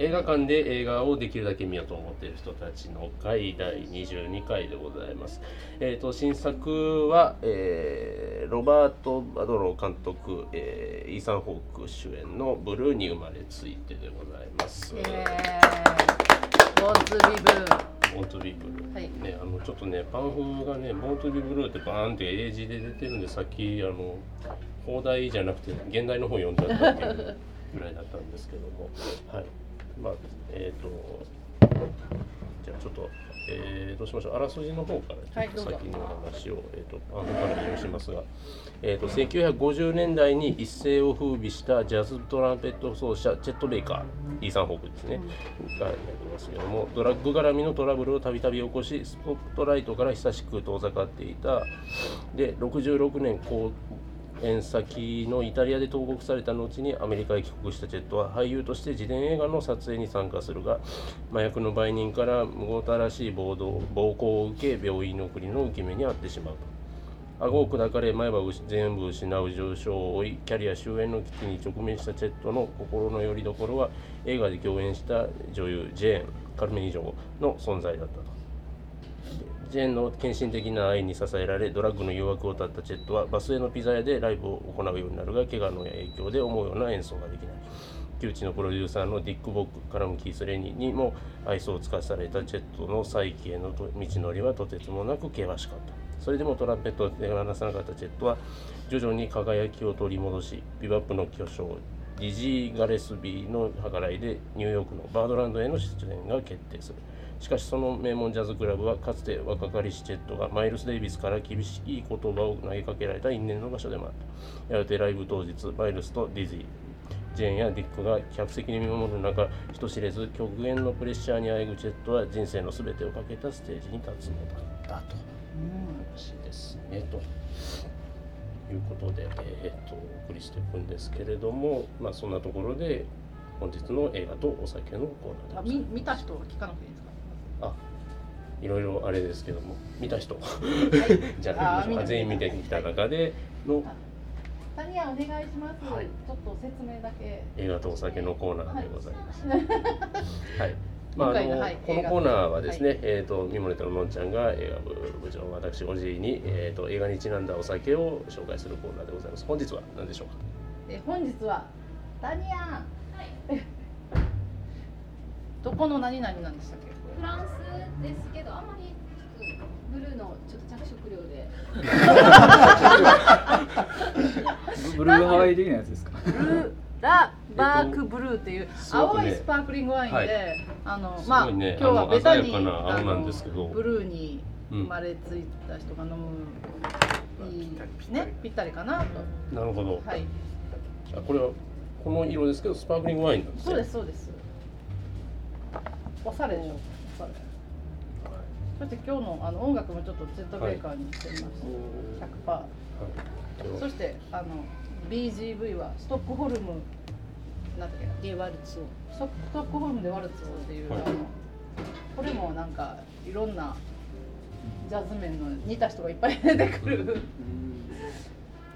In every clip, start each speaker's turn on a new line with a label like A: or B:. A: 映画館で映画をできるだけ見ようと思っている人たちの会第22回でございます。えー、と新作は、えーロバート・バドロー監督、えーイーサン・ホーク主演の「ブルーに生まれついて」でございます。
B: イエーイボーズビブー
A: ボートビブルー、
B: はい
A: ねあのちょっとねパンフがねボートビブルーってバーンって英字で出てるんでさっきあの放題じゃなくて現代の本読んじゃったっていうぐらいだったんですけどもはいまあえっ、とじゃあちょっと、えーどうしましょうあらすじの方から
B: はい
A: ちょっと
B: どうぞ
A: 先にお話を、えー、とパンフから引用しますが、えー、と1950年代に一世を風靡したジャズトランペット奏者チェット・ベイカーイーサン・ホークですね、がありますけどもドラッグ絡みのトラブルをたびたび起こしスポットライトから久しく遠ざかっていたで66年公演先のイタリアで投獄された後にアメリカへ帰国したジェットは俳優として自伝映画の撮影に参加するが麻薬の売人から無言たらしい暴動暴行を受け病院の送りの受け目に遭ってしまうと。顎を砕かれ前歯を全部失う重傷を負いキャリア終焉の危機に直面したチェットの心の拠り所は映画で共演した女優ジェーン・カルメニジョの存在だったとジェーンの献身的な愛に支えられドラッグの誘惑を絶ったチェットはバスへのピザ屋でライブを行うようになるが怪我の影響で思うような演奏ができない旧知のプロデューサーのディック・ボックカラム・キース・レニーにも愛想を尽かされたチェットの再起への道のりはとてつもなく険しかったそれでもトランペットを手放さなかったチェットは徐々に輝きを取り戻しビバップの巨匠ディジー・ガレスビーの計らいでニューヨークのバードランドへの出演が決定するしかしその名門ジャズクラブはかつて若かりしチェットがマイルス・デイビスから厳しい言葉を投げかけられた因縁の場所でもあったやがてライブ当日マイルスとディジージェーンやディックが客席に見守る中人知れず極限のプレッシャーにあえぐチェットは人生の全てをかけたステージに立つのだったと話ですねと。いうことで、えーっとお送りしていくんですけれども、まあ、そんなところで本日の映画とお酒のコーナ
B: あ
A: ーでござい
B: み
A: ます
B: 見た人は聞かなくていいですか
A: あいろいろあれですけども見た人 じゃあ
B: あー見た人
A: 全員見てきた中での
C: タリアお願いします、
A: はい
C: ちょっと説明だけ
A: 映画とお酒のコーナーでございます。 はい。まあ、あ
B: 今回の
A: の、
B: はい
A: このコーナーはですね、えっ、と、ミモネとののんちゃんが映画部部長、私、おじいに、えっ、と、映画にちなんだお酒を紹介するコーナーでございます。本日は何でしょうか。
B: え本日はダニアン、どこの何々なんでしたっけ
D: フランスですけど、あまりブルーのちょっと着色料で。
E: ブルーハワイ的なやつですか。
B: ブルーラ・バーク・ブルーっていう
A: すごく
B: 青い
A: ね
B: スパークリングワインで、
A: はい
B: あの
A: す
B: ま
A: ご
B: あ、
A: いね、
B: 今日
A: あ
B: は
A: の
B: ベタ
A: 鮮
B: に
A: やかな青なんですけ
B: あ
A: ど
B: の、ブルーに
A: うん
B: 生まれついた人が飲む、いいねぴったりかなと、
A: なるほど。
B: はい
A: あこれはこの色ですけど、スパークリングワインなんですね。
B: そうですそうですおしゃれでしょおしゃ
A: は
B: れ
A: い。
B: そして今日のあの音楽もちょっとジェットベーカーにしてみまし
A: おー
B: た、
A: はい
B: 100%。そしてあの BGV はストックホルムなんだっけでワルツをストストックホルムでワルツをっていう、
A: はい
B: あのこれもなんかいろんなジャズ面の似た人がいっぱい出てくる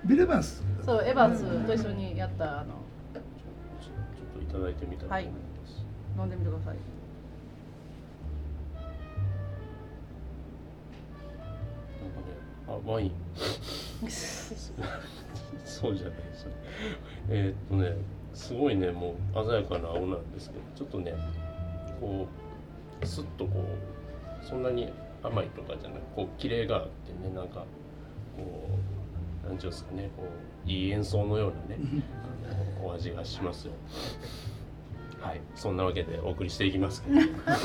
F: ビルバンス
B: そうエヴァンスと一緒にやったあの
A: ちょちょっといただいてみたいと思います。
B: 飲んでみてください
A: なんかね、あ、ワイン。そうじゃないですね。えーっとね、すごいね、もう鮮やかな青なんですけど、ちょっとね、こう、スッとこう、そんなに甘いとかじゃなく、こう、綺麗があってね、なんか、こう、なんちゅうんですかね、こう、いい演奏のようなね、あのお味がしますよ。はい、そんなわけでお送りしていきますけど。
B: なんか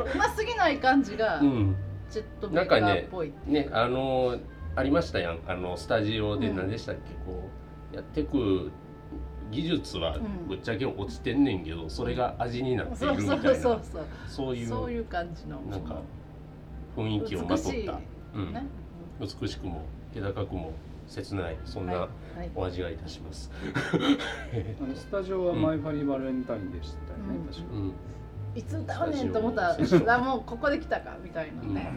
B: これうますぎない感じが
A: うん。
B: ジェットベーカーっぽい、
A: ねあのーありましたやんあのスタジオで
B: うん
A: 何でしたっけ、こうやってく技術は
B: うん
A: ぶっちゃけ落ちてんねんけど、それが味になってい
B: そ
A: る
B: う
A: み
B: そ
A: た
B: う
A: いな
B: そうそう
A: そういう
B: そういう感じの
A: なんか雰囲気をま
B: 美
A: とっ
B: しい
A: た、うん
B: ね、
A: 美しくも気高くも切ないそん
B: は
A: ない
B: はい
A: お味がいたします、
E: あのスタジオはマイファニーバレンタインでしたよね、
B: うん
E: 確か。
A: うん
B: いつ歌うねんと思ったらあもうここで来たかみたいなね、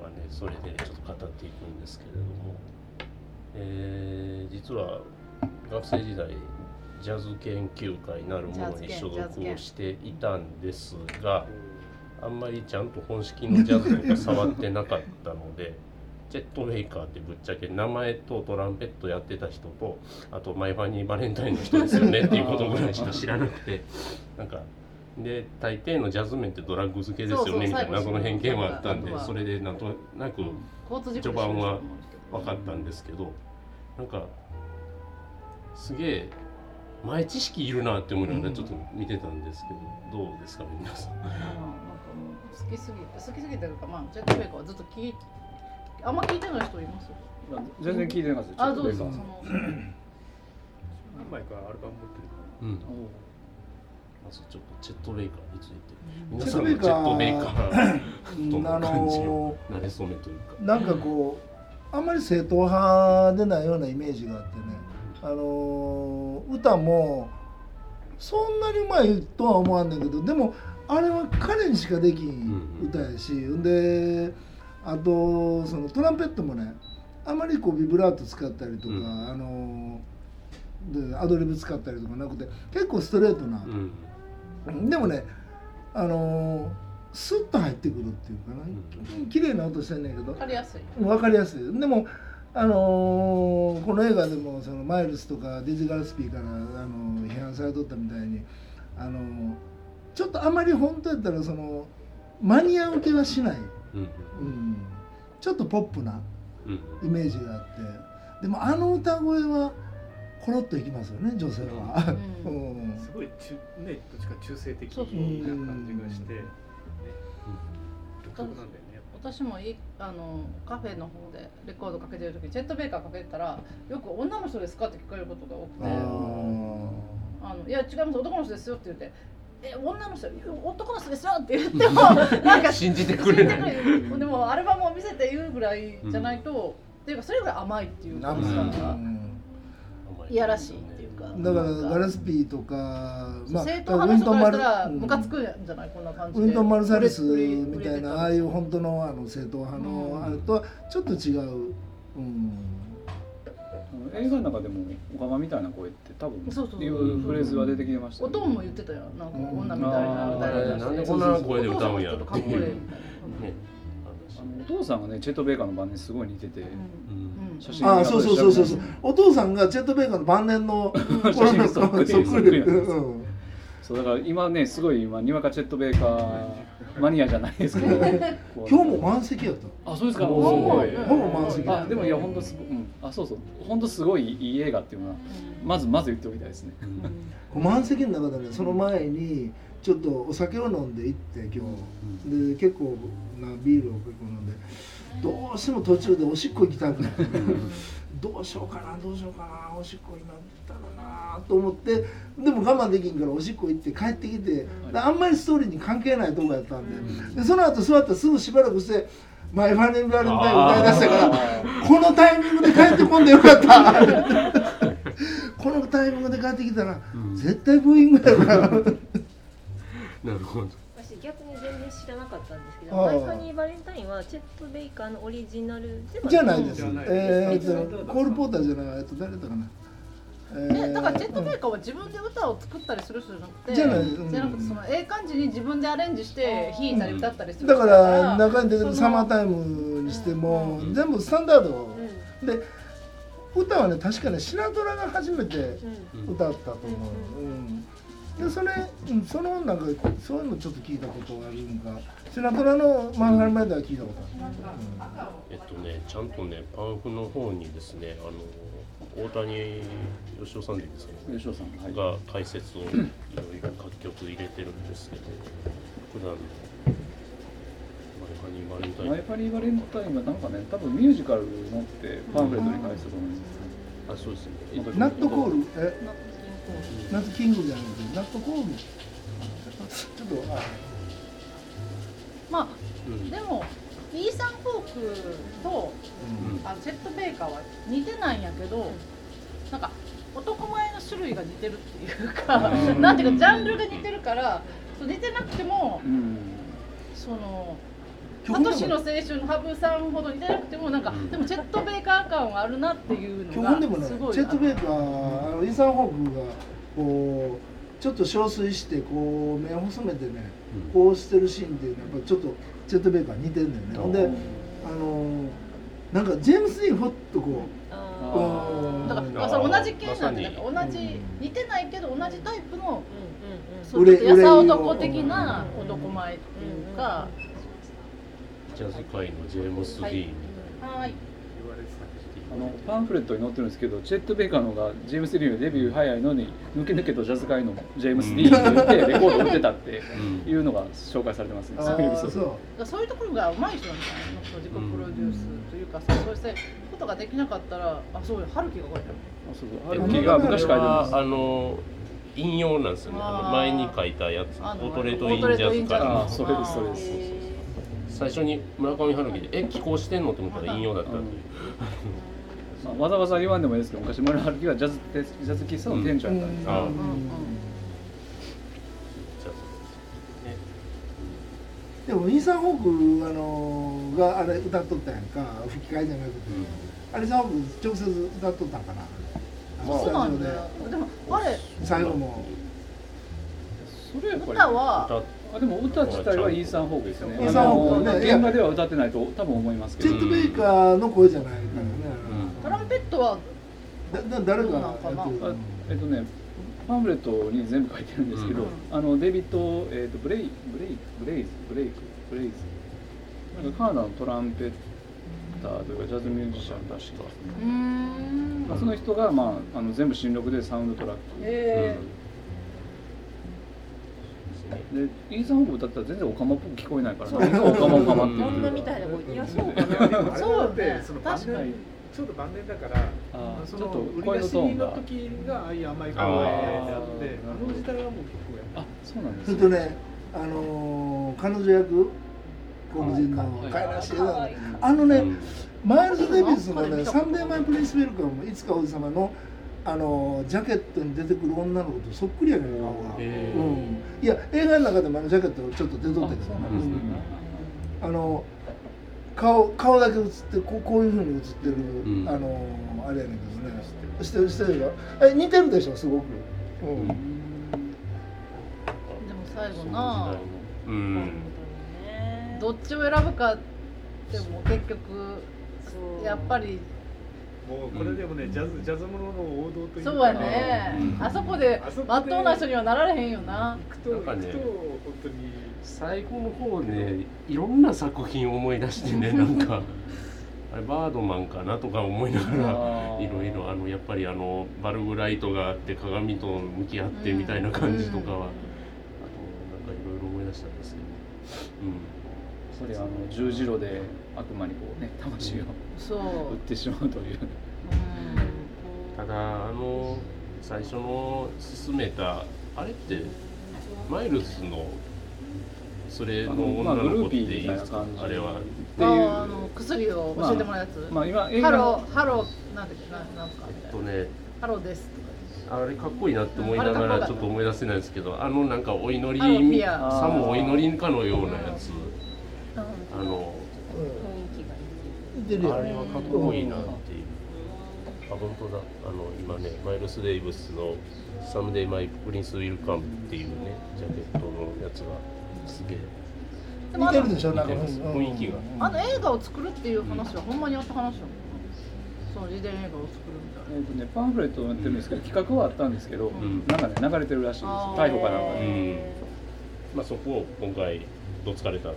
A: まあね、それでちょっと語っていくんですけれども、えー実は学生時代ジャズ研究会なるものに
B: ジャズ研
A: 所
B: ジャズ
A: 属を
B: 研
A: していたんですがあんまりちゃんと本式のジャズなんか触ってなかったので ジェットメーカーってぶっちゃけ名前とトランペットやってた人とあとマイファニー・バレンタインの人ですよねっていうことぐらいしか知らなくてなんかで大抵のジャズ面ってドラッグ漬けですよねみたいな謎の偏見はあったんでそれでなんとなく
B: 交通事故で
A: 序盤は
B: 死んだ
A: 分
B: と思うんです
A: かったんですけどなんかすげえ前知識いるなって思いながらちょっと見てたんですけど、どうですか皆さん。
B: けどあのなんかもう好きすぎて好きすぎてというかまあジェットメーカーはずっと聞いあんま聞いてない人いますよ
E: 全然聞いてなかったです
B: あそうです
E: ち
B: そ
E: ょっ
B: の
E: と
G: 何枚かアルバム持ってる
A: うん
E: おう
A: まずちょっとチェットベイカーについて
F: ん
A: 皆さんのチェットベイカーどんな
F: あ
A: 感じ
F: の
A: を慣れ初めというか
F: なんかこうあんまり正統派でないようなイメージがあってねあのー歌もそんなにうまいとは思わんねんけどでもあれは彼にしかできん歌やし、んであとそのトランペットもねあまりこうビブラート使ったりとか、
A: うん
F: あのーでアドリブ使ったりとかなくて結構ストレートな。
A: うん
F: でもねあのースッと入ってくるっていうかな、
A: う
F: 綺麗な音してんねんけど
B: 分かりやすい
F: 分かりやすいでもあのーこの映画でもそのマイルスとかディズ・ガルスピーから、あのー批判されとったみたいに、あのーちょっとあまり本当やったらそのマニア受けはしない、
A: うん
F: うん、ちょっとポップな
A: うん
F: イメージがあってでもあの歌声はコロッといきますよね女性は。
B: う
F: うん
G: すごい中ねどっちか中性的な
B: そうそう
G: 感じがして、ね、独特なんだよねやっ
B: 私もいあのカフェの方でレコードかけてる時ジェットベーカーかけてたらよく「女の人ですか?」って聞かれることが多く
F: あ
B: て
F: ー
B: あのいや違います男の人ですよって言って「え女の人男の人ですよ」って言ってもなんか
A: 信じてくれない
B: 信じてくれでもアルバムを見せて言うぐらいじゃないと、っていうかそれぐらい甘いっていうか
F: なんか
A: 甘
B: いやらしいっていうか
F: だからガラスピーとか、まあ、
B: 正統派の人からしたら
F: ウィン
B: ムカ
F: トンマ
B: つ
F: ル
B: くんじゃないこんな感じで
F: ウィントンマルサレスみた
B: 売れ
F: い
B: て
F: なああいう本当のあの正統派
B: う
F: の
B: ん
F: あれとはちょっと違う、うん、
E: あの映画の中でも「おかまみたいな声」って多分
B: そうそう
E: いうフレーズは出てきてました
B: お
E: ね
B: とんも言ってたよなんか
F: うん
B: 女みたいな歌い
A: あーなんで
B: 出して
A: こんな声で歌うんや
B: お父さもちょっとかっこいいみたいな
A: ね
E: あのお父さんがねチェット・ベイカーの晩にすごい似てて、
B: うん
A: うん
E: 写
B: うん
E: 真
F: ああそうそうそうそうそうお父さんがチェット・ベイカーの晩年の
E: 写真がそっくり
F: そっくり
E: そっくり
F: うん
E: そうだから今ねすごい今にわかチェット・ベイカーマニアじゃないですけど今
F: 今日も満席やった
E: あそうですか
A: ほぼ
E: おー
F: ほぼ満席
E: あでもいや本当すごうんあそうそう本当すごいいい映画っていうのはまずまず言っておきたいですね。
F: 満席の中でねその前にちょっとお酒を飲んで行って今日、で結構なビールを結構飲んでどうしても途中でおしっこ行きたくなるどうしようかなどうしようかなおしっこ今行ったらなと思ってでも我慢できんからおしっこ行って帰ってきて、であんまりストーリーに関係ないとこやったんで,、でその後座ってすぐしばらくして「マイ・ファニング・アレンタイン」歌いだしたからこのタイミングで帰ってこんでよかった。このタイミングで帰ってきたら、
A: うん
F: 絶対ブーイングやから
A: なるほど
H: 私逆に全然知らなかったんですけど、
F: ああ
H: マイファニーバレンタインはチェットベイカーのオリジナルでは
F: じゃないです
G: じゃない
F: え
G: じゃ
F: ー、
G: ない
F: とコール・ポーターじゃないえっと誰だったかな
B: ね、だからジェットメー
F: カ
B: カーは自分で歌を作ったりする人じゃなくて、
F: じゃないうん
B: じゃなくてそのええ感じに自分でアレンジして弾いたり歌ったりする人
F: だから中に出て
B: そ
F: る
B: の
F: サマータイムにしても
A: うん
F: 全部スタンダー
H: う
F: ド
H: ん、
F: で歌はね確かねシナトラが初めて
H: うん
F: 歌ったと思う、うん、でそれうんそのなんかそういうのちょっと聞いたことがあるんかシナトラの「マンハルマイド」は聞いたことあ
A: えっとね、ちゃんとね、パンフの方にですね、あの大谷義夫さんでいいですかね、
E: 吉尾さんはい。
A: が解説をいろいろ各曲入れてるんですけど、普段のマイハニーバレンタイン
E: マイパリーバレンタインがなんかね多分ミュージカルを持ってパンフレットに書いてたと思うんです
A: あ、そうですね。
E: ま
F: るナットコールえナットキングじゃなくてナットコールちょっとあ
B: ま
A: うん
B: あでもイーサン・フォークと
A: うん
B: あのジェットベーカーは似てないんやけどなんか男前の種類が似てるっていうか
E: うん
B: なんていうかジャンルが似てるからそう似てなくても
E: うん
B: そのサトシの青春の羽生さんほど似てなくてもなんかでもチェットベイカー感はあるなっていうの
F: 基
B: が
F: 本でもね
B: すごい
F: チェット・ベイカーあのイーサン・ホークがこうちょっと憔悴してこう目を細めてね
A: うん
F: こうしてるシーンっていうのはやっぱちょっとチェット・ベイカー似てるんだよねほんであのなんかジェームス・ディーンふっとこ
H: あ
F: う
H: ー
F: うん
B: だからまあそれ同じ系なんでなんか同じ似てないけど同じタイプの
H: う
B: そうちょっとやさ男的な男前っていうか、
A: ジャズ界のジェームス・ディーンみ
B: はい、
G: 言われてたけど
E: あのパンフレットに載ってるんですけどチェット・ベイカーの方がジェームス・リーのデビュー早いのに抜け抜けとジャズ界のジェームス・ディーンと言ってレコード売ってたって
A: たいな、うん
E: いうのが紹介されてますね
F: う
E: そういうエピ
F: あ
E: ソード
F: あそ
B: だからそういうところがうまい人なんじゃないの自己プロデュースというかさそうしてことができなかったらあそうよ春樹がこれだ
E: あそうそう
A: あ
E: あ
A: れ
E: れ
F: え
E: 僕が昔書いてます
A: あの引用なんですよね。あの
B: あー
A: 前に書いたやつ、オ
B: あの
A: ートレート
B: オ
A: イン
B: ー
A: ジ
B: トレー
A: ャ
B: トイ
A: ズ
B: ンジャ
A: か
B: ズ
A: ら
E: あ。それですそれです
A: 最初に村上春樹で「え寄稿してんの?」って思ったら引用だったっていう
E: まあわざわざ言わんでもいいですけど昔村春樹はジャズテジャズ喫茶の店長やったんです
A: うんあ
E: よ
A: ー
B: うんうん
A: ジャズですね
F: うでもイーサン・ホークあのがあれ歌っとったやんか吹き替えじゃなくてあれサン・ホーク直接歌っとったんかなあの
B: そうなんだよ
F: スタジオ
B: でもあれ
F: で最後も
E: それやっぱり
B: 歌は
A: 歌っ
E: あでも歌自体はイーサン・ホークですよね
F: イーサンホークね
E: あの現場では歌ってないと多分思いますけ
F: チ
E: ど
F: ェット・ベイカーの声じゃないからね
B: トランペットは
F: だだ誰がやって
E: あ
F: るの
E: えっとねパンフレットに全部書いてるんですけど、
A: うん
E: あのデビッド、えっとブレイブレイクブレイズブレイクブレイズなんかカナダのトランペッターというかジャズミュージシャンらしく、
B: うーん
E: まあ、その人が、まあ、あの全部新録でサウンドトラッ
B: え
E: クでイーサン・ホーク歌ったら全然オカマっぽく聞こえないからなんかオカマオカマって
H: 女
E: いう
H: みたいな子いやそうかな
G: あれはだっ
B: そうよ
G: て
B: ね
G: その晩
B: 確か
G: 年
B: に
G: ちょうど晩年だから
E: あー
G: そ
E: ちょ
G: の
E: っと
G: 売り
E: 声
G: 出
E: の
G: し
E: トーン
G: の
E: が
G: 時がああいう甘い声であって
E: あー
G: あの時代はもう結構やっ
E: あそうなんです
F: それ
E: ね
F: とね、あのー彼女役黒人の
E: はい
F: 可愛らしい笑顔
H: はい
F: あの
A: うん
F: ね、
A: うん
F: マイルズ・デビスの
B: これ
F: ね「
B: 見た
F: サンデー・マイ・プリンス・ウェルカム」「いつか王子様の」あのージャケットに出てくる女の子とそっくりやねん顔が、
A: へ
F: う
A: ー
F: ん、いや映画の中でもあのジャケットちょっと出と
E: あ
F: ったけど
E: そう
F: ね
E: なんですね
F: あの顔顔だけ映ってこうこういうふうに映ってる、
A: うん
F: あのーあれやねんけどねしてるしてるよえ似てるでしょすごく、うん
B: ーでも最後
A: その時代
B: な
A: のうん
B: どっちを選ぶかでも結局やっぱり
G: てもうこれでもねジャズジャズものの王道というか
B: そうやね
A: うん
B: あそこで
G: あそこで
B: まっとうな人にはなられへんよな
G: 行くと行くと
A: なん
G: 本
A: かね
G: 当に
A: 最後の方ねいろんな作品を思い出してねなんかあれバードマンかなとか思いながら。
E: あー
A: いろいろあのやっぱりあのバルブライトがあって鏡と向き合ってみたいな感じとかは、あとなんかいろいろ思い出したんですけど、
E: やっぱりあの十字路で悪魔にこうね魂を
B: そう、
E: 売ってしまうという
A: うん、ただあの最初の進めたあれってマイルズのそれの
E: まあ
A: 女
E: グル
A: の子
E: ー
A: っ
E: ピ
A: て
E: ー
A: い
E: みたい
A: い
E: な
A: ですか
E: 感じ
A: あれは
E: ってい
B: ああ
E: う
B: の薬を教えてもらうやつ、
E: まあ今映
B: ハ
E: 画
B: ローハローなんだっけななんかみた
A: えっ
B: い
A: と
B: な
A: ね
B: ハローです
A: あれかっこいいなって思いな
B: あ
A: が
B: れかっこよからった
A: ちょっと思い出せないですけどあのなんかお祈
B: あの
A: り
B: ピア
A: さもお祈りかのようなやつ
H: 雰
A: あの
H: 囲気がいい
F: 似てる
A: あ
F: よ
A: れはかっこいいなっていう。あ本当だあの今ねマイルス・デイブスの「サムデイ・マイ・プリンス・ウィルカム」っていうねジャケットのやつがすげえ
B: でも
F: 似
B: あ
F: て
B: の
F: るでしょなんか
A: 似てます雰囲気が
B: あの映画を作るっていう話はほんまにあった話やもんその自伝映画を作るみたいな
E: えーとね、パンフレットに載ってるんですけど企画はあったんですけど、
A: ん
E: なんかね流れてるらしいです
B: あー
E: 逮捕かなんか
A: う
E: で
A: んまあそこを今回どつかれたっ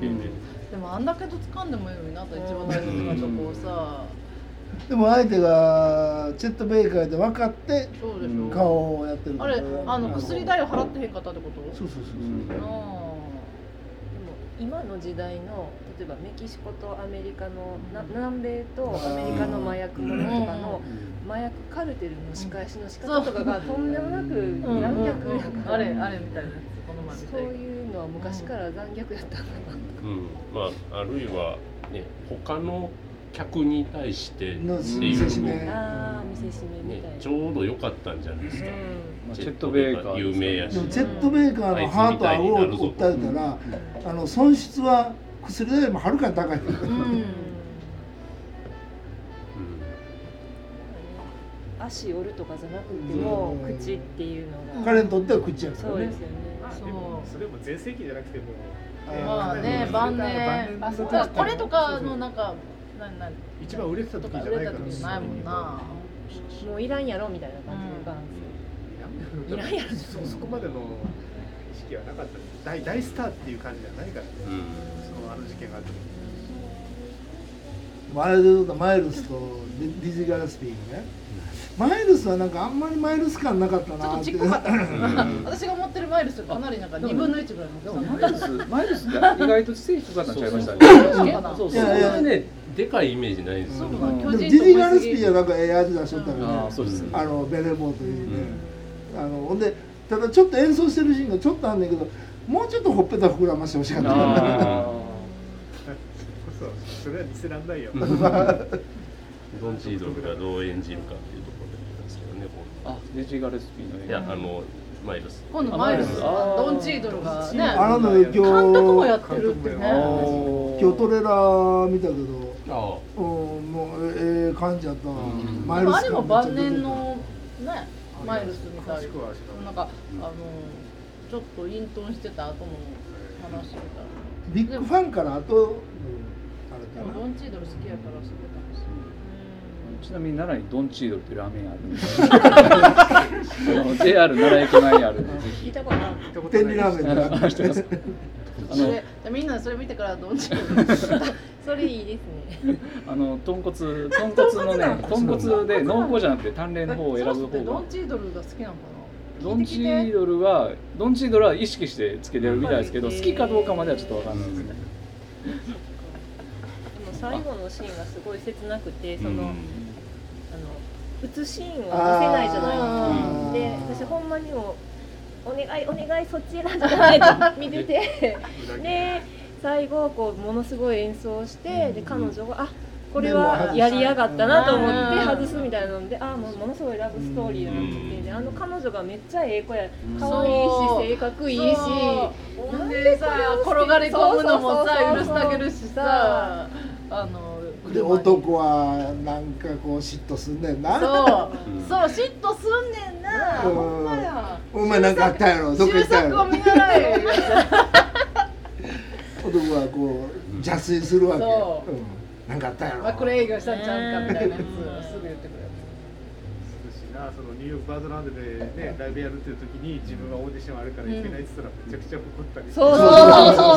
A: ていうね、
B: でもあんだけと掴んでもいいのになと一番大切なとこをさ
F: でも相手がチェット・ベイカーで分かって
B: そうでし
E: うん
B: ょ、
F: 顔をやってる
B: あれあの薬代を払ってへんかったってこと
F: そうそうそう
E: うん
B: な
E: あ
B: あ
H: でも今の時代の例えばメキシコとアメリカのな南米とアメリカの麻薬ものとかの麻薬カルテルの仕返しの仕方とかがとんでもなく
B: うん
H: 残
B: う
H: 虐
B: ん
H: や
B: うん
H: か
B: あ
H: ら
B: れあれみたいなやつこの前見
H: そう
B: たよ
H: いうのは昔から残虐やったんだな
A: うん、まああるいはね他の客に対してってい
F: の見せし
A: う
F: め
A: ね
H: ああ見せしめみたいな、
A: ちょうど良かったんじゃないですか、
E: まあチェット・ベイカー
A: 有名やし
F: でもチェット・ベイカーのハート・アゴを訴えたら、あの損失は薬代よりもはるかに高い、
H: 足折るとかじゃなくても、
F: うん
H: 口っていうのが、
F: 彼にとっては口やか
H: そ
F: ら
H: うで
F: ね
H: すよね
G: まあでもそれも全盛期じゃなくても
B: まあね晩年あそうかこれとかのなんかなんなん
G: 一番売れてた時
B: と
G: じ
B: か売
G: ゃ
B: れ
G: ない
B: た
G: か
B: 時
G: ら
B: じゃないもんな
H: もういらんやろみたいな感じが、
G: いやそそこまでの意識はなかったです大大スターっていう感じじゃないからね、そのあの事件があった時
F: マイルズマイルスとディディジー・ガラスピーがねマイルスはなんかあんまりマイルス感なかったなって
B: ちょっとちっこか った
F: うん
B: 私が持ってるマイルスよりかなりなんか二分の一ぐらい
E: で
B: の
E: も
B: 大きさ
E: マイルスマイルスって意外と背低かったんちゃいましたね
B: そうかな
A: そう
F: いやいや
A: そんなねでかいイメージないです
B: そ
A: よ
B: う
A: ね
B: かな
F: で
B: 巨
F: も
B: 人
F: ディジー・ガラスピーは
B: が
F: なんかええ味出しとったから
E: あ
F: ね
E: あそうですね
F: あのベレー帽というね、あのほんでただちょっと演奏してるシーンがちょっとあんねんけどもうちょっとほっぺた膨らましてほしかったな
E: あ
G: そうそれは見せらんないよ
A: ドンチードルがどう演じるかっていうところなんですけどね
E: ーあデジガレスピーの映
A: いやあのマイルス
B: 今度マイルス
E: あマイルス
B: ドンチードルがね
F: あなた今日
B: 監督もやってるって
G: 監督も
B: ね
G: やって る
F: 今日トレーラー見たけど、
A: あ
F: うん、もうええ感じやったわ、
A: ん
F: マ
B: で
F: イル
B: も
F: ス
B: あれも
F: 感
B: 晩
F: めっちゃ出て
B: 年
F: た
B: のねマイルスみたい
G: 詳しくは知ら
B: な
G: なんい
B: かあのちょっと隠遁してた後の話みたいな
F: ビッグファンからあと、うんあれ
B: で
F: か
B: も
F: な
B: ロンチードル好きやから知ってたんですよ
E: ちなみに奈良にドンチードルっていうラーメン屋あるん ですよあの JR 奈良駅前にあるんでぜ
H: 聞いたことある
F: 天理ラーメンだな
E: ひ知ってますあ
B: そ
E: の
B: れでみんなそれ見てからどんちゃう
H: それいいですね
E: あの豚骨豚骨の ね豚骨で濃厚じゃなくて淡麗の方を選ぶ方
B: ド
E: が
B: ンチードルが好きなのか
E: ドンチードルはドンチードルは意識してつけてるみたいですけど
B: やっ
E: 好
B: ぱり
E: きかどうかまではちょっとわかんないですね
H: でも最後のシーンがすごい切なくてその、あの打つシーンを見せないじゃないですかで私ほんまにも「お願いお願いそっち選んじゃない」と見ててで最後こうものすごい演奏してで彼女が「あこれはやりやがったなと思って外すみたいなので、ああ、もうものすごいラブストーリーだなって言って、であの彼女がめっちゃええ子や、可愛いし、性格いいし、
B: ななんでさ転がり込むのもさ許してあげるしさあの
F: で男はなんかこう嫉妬すんねんな
B: そう
A: うん
B: そう嫉妬すんねんな
F: うん
B: ほんまや
F: お前なんかあったやろどこ行
B: 終
F: ったや
B: 作を
F: ろ
B: 見習え
F: 男はこう邪推するわけ
B: そうん
F: なんかあったやろ
B: まあこれ営業したんちゃうんかみたいなやつをすぐ言ってくれる
G: すしなそのニューヨークバードランドでねライブやるっていう時に自分がオーディションあるから行けないって言ったらめちゃくちゃ怒ったりして
H: そうそうそう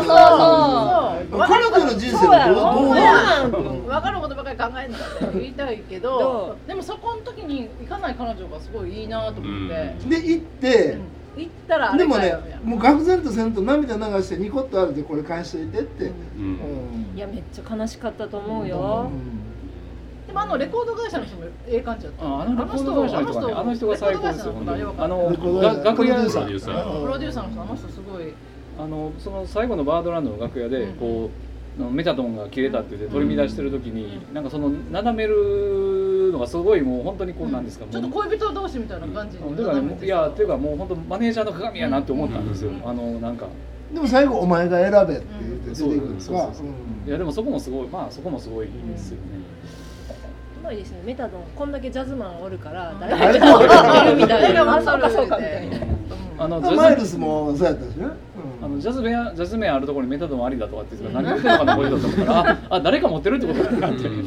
B: そ
H: そう
B: う
F: 彼女の人生
H: そうや
F: でど
H: ろ
F: うどうなの
B: 分かることばかり考えんだって言いたいけど
H: ど
B: でもそこの時に行かない彼女がすごいいいなと思って、
F: で行って
B: 行ったらあ
F: で
B: れ
F: も
B: か
F: ね
B: よみたいな
F: もう愕然とせんと涙流してニコッとあるでこれ返しといてって
A: うん
H: いやめっちゃ悲しかったと思う
F: う
H: よ。
F: ん
B: でもあのレコード会社の人もええ感じだった
E: ああのレコード会社の人がねあの人が最高ですよ本当にあ
F: レコード
E: の
F: 会
E: が
F: 社
E: 楽
F: プロデュ
E: 屋
F: ーサ
A: プロデューサ
F: ー
A: ー
B: プロデューサーの人あの人すごい
E: あのその最後のバードランドの楽屋で
B: うん
E: こうあのメタドンが切れたって言って取り乱してる時になんかそのなだめるのがすごいもう本当にこうなんですか
B: ちょっと
E: もう
B: 恋人同士みたいな感じ
E: うん
B: に
E: ていうか
B: 眺
E: ね
B: め
E: もう
B: て
E: いやっていうかもう本当マネージャーの鏡やなって思ったんですよ
B: うん
E: あのなんか
F: でも最後お前が選べって言って出てくる
E: そう
F: か
E: そうそういやでもそこもすごいまあそこもすごいですよね
H: すごいですね。メタドンこんだけジャズマンおるから
F: 誰
H: 誰
F: でも
H: も
F: 分
H: 分
F: か
H: か
F: る
H: る
F: み
H: み
F: た
H: た
F: い
H: い
F: な
H: な。
B: あ
H: あ
B: そ
H: そう
B: かそ
H: うかそうう
B: か
H: か
B: みたい
H: みたい
B: な
H: な。
E: あのジ
F: まあ
E: ャズ
F: マイルスもそうやったしね、うん
E: あのジャズ部屋ジャズ名あるところにメタドンありだとかって言ってたから何言ってるのかなこれだと思ったらああ誰か持ってるってことだなっていう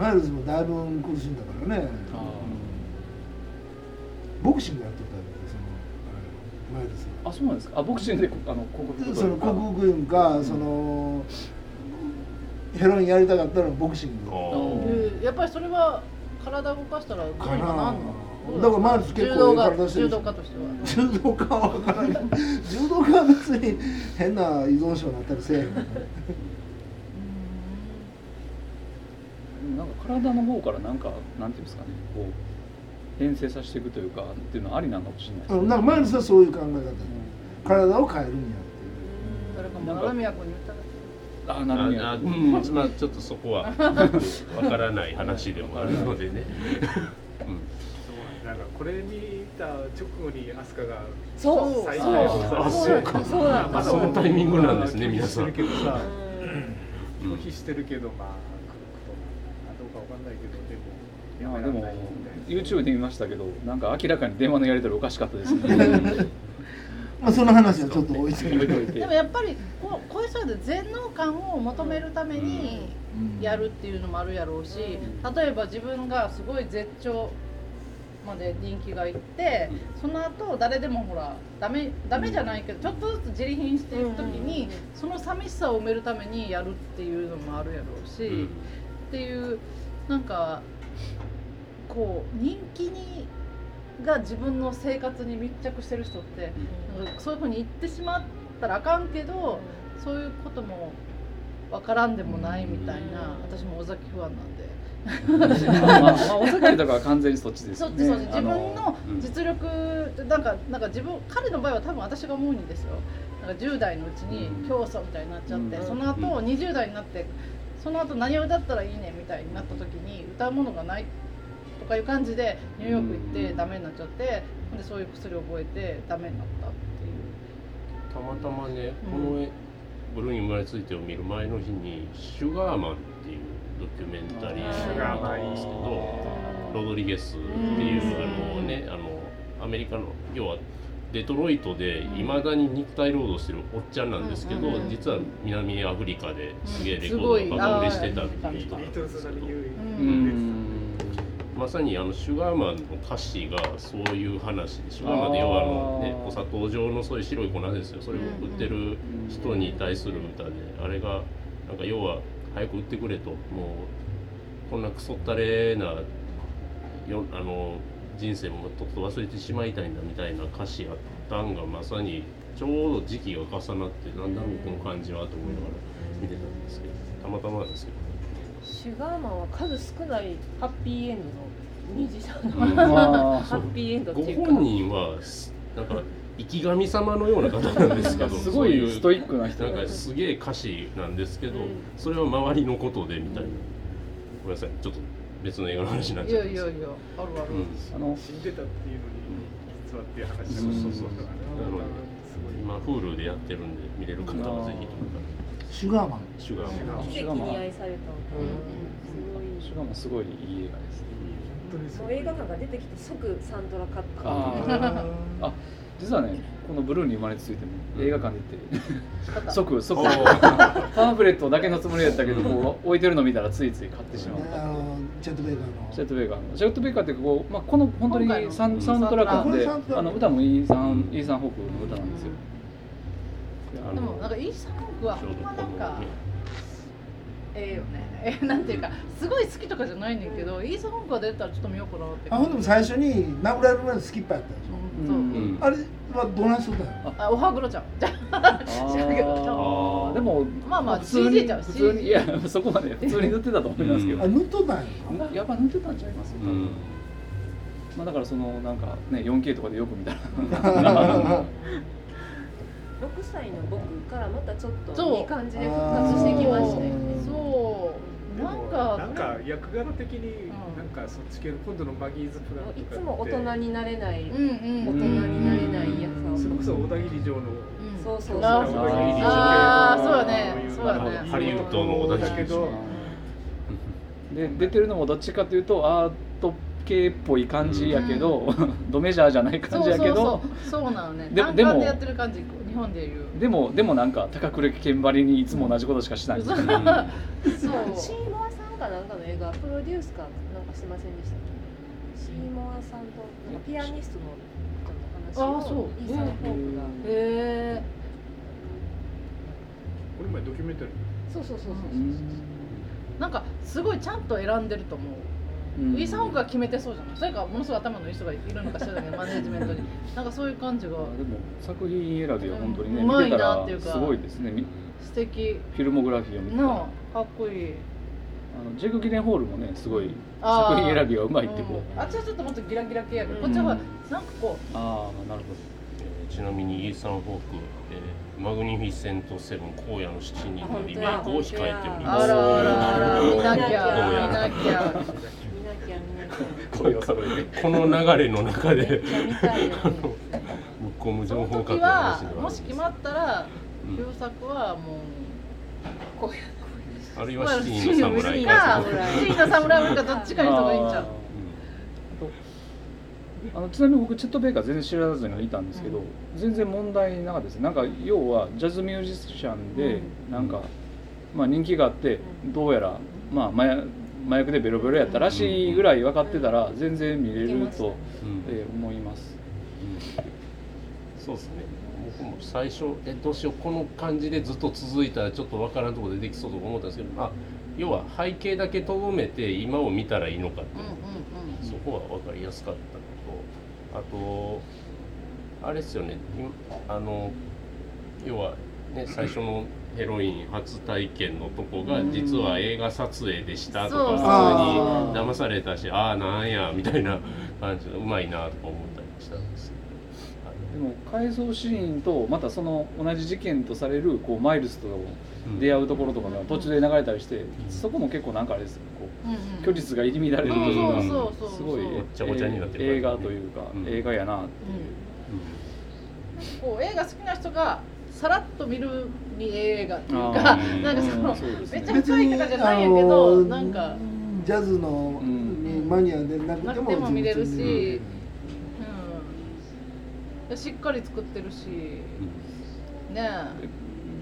F: マイルズもだいぶ苦しんだからね、
E: あ
F: うんボクシングやっとったんだけどそのあれマイルズ
E: あそうなんですかあボクシングであの広告
F: はその国軍か、そのヘロインやりたかったらボクシング
A: あ
F: か
A: ー
B: うんやっぱりそれは体動かしたらどうにか
F: な
B: なんの
F: だからマイルズ結
B: 柔
F: 構
B: 道
F: え
B: 家
F: え体して
B: 柔
F: る
B: 道家としては
F: 柔道家は分からない柔道家は別に変な依存症になったりせえへんから
E: なんか体の方からなんかなんていうんですかねこう編成させていくというかっていうのはありなのかもしれないです、ね
F: うんなんかマイルズはそういう考え方体を変えるんや
B: 誰かも長宮君に言ったら
E: ああ
A: あ
E: なるほ
A: あ
E: ど
A: う
E: ね
A: んまあちょっとそこはわからない話でもあるのでね。
G: そうなんかここれ見た直後に飛鳥が
H: そう
G: 再
H: そう
G: 開を
A: あ
G: さ
A: そう
G: れて
A: か
H: そうなんだ
G: まだ
A: そのタイミングなんですね
G: まあ
A: 皆さん
G: 拒否してるけどさ
H: うん
G: 拒否してるけどまあ来ることなのかどうかわかんないけどでも
E: ま
G: や
E: あ
G: め
E: で
G: られ
E: も
G: ないみたいな
E: YouTube で見ましたけどなんか明らかに電話のやり取りおかしかったですね
F: まあその話はちょっと置いて
E: 置いといて
B: でもやっぱりこうこういう人で全能感を求めるためにやるっていうのもあるやろうし例えば自分がすごい絶頂まで人気がいってその後誰でもほらダメダメじゃないけどちょっとずつ自利品していく時にその寂しさを埋めるためにやるっていうのもあるやろうし。っていうなんかこう人気にが自分の生活に密着してる人ってなんかそういうふうに言ってしまったらあかんけどそういうこともわからんでもないみたいな私も尾崎不安なんで
E: まあまあお酒だから完全にそっちです
B: そ
E: よ
B: っ
E: ね
B: ちそっち自
E: あ
B: 分の
A: うん
B: 実力なんかなんか自分彼の場合は多分私が思うんですよなんか10代のうちに
E: うん
B: 教祖みたいになっちゃって、
E: うん
B: その後20代になってその後何を歌ったらいいねみたいになった時に歌うものがないとかいう感じでニューヨーク行っ
E: う
B: て
E: ん
B: ダメになっちゃってでそういう薬を覚えてダメになったっていう
A: たまたまね、
B: うん
A: この絵「ブルーに生まれついて」を見る前の日に「シュガーマン」っていうドキュメンタリー
H: シュ
A: が
H: ガ
A: あ
H: ー
A: った
G: マ
A: ん
G: ン
A: ですけどロドリゲスっていうあのねあのアメリカの要はデトロイトでいまだに肉体労働してるおっちゃんなんですけど、
B: うん
A: 実は南アフリカですげえレコ
B: す
A: ー
B: ご
A: ド
B: い
A: がバカ売れしてたっていう
G: ビートルズなり優位
E: うーん
A: まさにあのシュガーマンの歌詞がそういう話でシュガーマンで要はあの、ね、
E: あー
A: お砂糖状のそういう白い粉ですよそれを売ってる人に対する歌であれがなんか要は早く売ってくれともうこんなクソったれなよあの人生もとっと忘れてしまいたいんだみたいな歌詞やったんがまさにちょうど時期が重なってなんだろうこの感じはと思いながら見てたんですけどたまたまなんですけど。
H: シュガーマンは数少ないハッピーエンドの二次さんの
E: まあ
H: ハッピーエンドって
A: ご
H: いうか
A: 本人はすなんか生き神様のような方なんですけ
E: な
A: ど
E: んかすご
A: そう
E: いうストイックな人
A: なん
E: が
A: かすげえ歌詞なんですけど、
H: うん
A: それは周りのことでみたいな、ごめんなさいちょっと別の映画の話になっ
B: い
A: ちゃ
B: や
A: うん
B: い
A: で
B: や
A: す
B: い
A: け
B: や
A: ど
B: あるある、
E: あの
G: 死んでたっていうのに実はっていう話だから
E: そうそうそう
A: なので今 Hulu でやってるんで見れる方はぜひとか
F: シュガーマン
A: シュガーも
H: 奇跡に愛された
E: シ
H: す
E: ュガーもすごいいい映画ですね
H: ごいもう映画館が出てきて即サントラ買った
E: あーあ実はねこの「ブルーに生まれついて」も映画館で行って 即即
A: お
E: パンフレットだけのつもりだったけどこう置いてるの見たらついつい買ってしまう
F: あのチャットベイカーの
E: シェット・ベイカーのシェット・ベイカーってこう、まあ、この本当
B: 今回の
E: にサンサウンドラックなんで
F: あこれサントラ
E: あの歌もイーサン・イーサン・ホークの歌なんですよ
A: あ
B: で
A: の
B: もなんかイーサン・ホークは
A: ち
B: ほ
A: ょうど
B: んまなん
A: この
B: かええよねえなんていうかすごい好きとかじゃないねんだけどイーサン・ホークが出たらちょっと見ようかなって
F: あほんでも最初に殴られるまでスキッパーやったでしょ
B: うんそう
A: ねうん
F: あれはどないしとったんやろ
B: あ、おはぐろちゃん。じゃ
E: あ
B: らんけど
E: ーでも
B: まあまあ
E: 普通
B: CG
E: に
B: ちゃう
E: 普通
B: CG
E: にいや そこまで普通に塗ってたと思いますけど
F: あ、塗っとったんや
E: やっぱ塗ってたんちゃいます、
A: うん
E: まあ、だからそのなんかね 4K とかでよく見たら
F: ろ
H: 6歳の僕からまたちょっ
B: そう
H: といい感じで復活してきましたよね
B: あ、そう。
G: な
B: なんん
G: か
B: か。
G: なんか役柄的に
B: うん
G: なんかそっち系の今度のバギーズプランとか
H: い
G: って
H: つも大人になれない、
B: うん
H: 大
B: う
H: 人
B: ん。
H: になれないや
G: そ
H: つ
G: れ
H: を
G: こそ小田切城の
H: そうそうそう
B: あ
G: 小田切城
B: あーそうだ
G: い
B: ねそうだね
A: ハリウッドの小田
G: だけ
A: 切
G: ど
E: で出てるのもどっちかというとアート系っぽい感じやけど、 ドメジャーじゃない感
B: そ
E: じ
B: う
E: やけ
B: そう
E: ど
B: そう。そうなのね。
E: で
B: 単
E: でも
B: 管でやってる感じ、日本でいう。
E: でもでもなんか高倉健ばりにいつも同じことしかしない
B: そう
H: そうシーモアさんかなんかの映画プロデュースかなんかしてませんでしたっけシーモアさんとなんかピアニストの人の
B: あー
H: 話
B: そう
H: をイーサン・ホークが
B: へえ。
G: これ前ドキュメンタリ
H: そうそうそうそう
B: なんかすごいちゃんと選んでると思う。イーサン・ホークが決めてそうじゃない。それかものすごい頭のいい人がいるのかしらね、マネジメントに。なんかそういう感じが
E: でも作品選びは本当にね、
B: う
E: 見
B: ま
E: て
B: い
E: た
B: な
E: ら
B: っていうか
E: すごいですねみ
B: 素敵。
E: フィルモグラフィーを見てたら
B: なあ、かっこいい。
E: あのジェイク・ギレンホールもねすごい
B: あー
E: 作品選びがうまいってこう、
B: うんあっちはちょっともっとギラギラ系やけど、
H: うん
B: こっちはほらなんかこ
E: ああなるほど
A: えーちなみにイーサン・ホーク、えーマグニフィセント・セブン荒野の七人
H: あ
A: の
H: 本当
A: リメ
H: や
A: イクを控えており
B: う
A: ます
B: あらあらあら見なき
H: どうや
B: ゃ見なきゃ
H: 見なきゃ見なき
E: こ揃い
H: ゃ
E: は揃いで。
A: この流れの中
H: めっ
A: で
H: ちゃ見たいよね
A: ぶっ込む
B: そ
A: 情
B: の
A: 報
B: 時
A: 格
B: はもし決ま
A: っ
B: ったら
A: うん
B: 優作はもう。
A: あるい
B: ま
A: は
B: あ
A: シテ
B: シ
A: ィ
B: ー
A: の
B: の無理
A: 侍
B: か
A: か、
B: シーの侍かどっちかにとかいいんちゃう。
E: あのちなみに僕チェット・ベイカー全然知らずにいたんですけど、全然問題なかったですなんか要はジャズミュージシャンでなんか、まあ、人気があってどうやら、まあ、麻薬麻薬でベロベロやったらしいぐらい分かってたら全然見れると、
A: うん
E: えー思います
A: そうですね僕も最初えどうしようこの感じでずっと続いたらちょっとわからんところでできそうと思ったんですけどあ要は背景だけとどめて今を見たらいいのかっていう、
B: う
A: そこは分かりやすかったのとあとあれですよね今あの要はね最初のヘロイン初体験のとこが実は映画撮影でしたと
B: そうそう
A: か普通に騙されたしああなんやみたいな感じでうまいなとか思ったりしたんですけどあ
E: でも回想シーンとまたその同じ事件とされるこうマイルスとかも
A: の
E: 出会うところとかが途中で流れたりしてそこも結構なんかあれですよこうん
B: うん。
E: 虚実が入り乱れるというか
A: うん
B: そうそうそうそう。
E: すごい
B: うん
A: っちゃごちゃになってる
E: 映画というか、
A: うん
E: 映画やな
B: こう映画好きな人がさらっと見るに映画っていうか
A: あー
B: なんかその
E: うんそうですね
B: めちゃめちゃいいとかじゃないんやけどなんか
F: ジャズの
E: うん
F: マニアで
B: な
F: なくて
B: く
F: も
B: ても見れる
F: 全然
B: し、うん、しっかり作ってるしねえ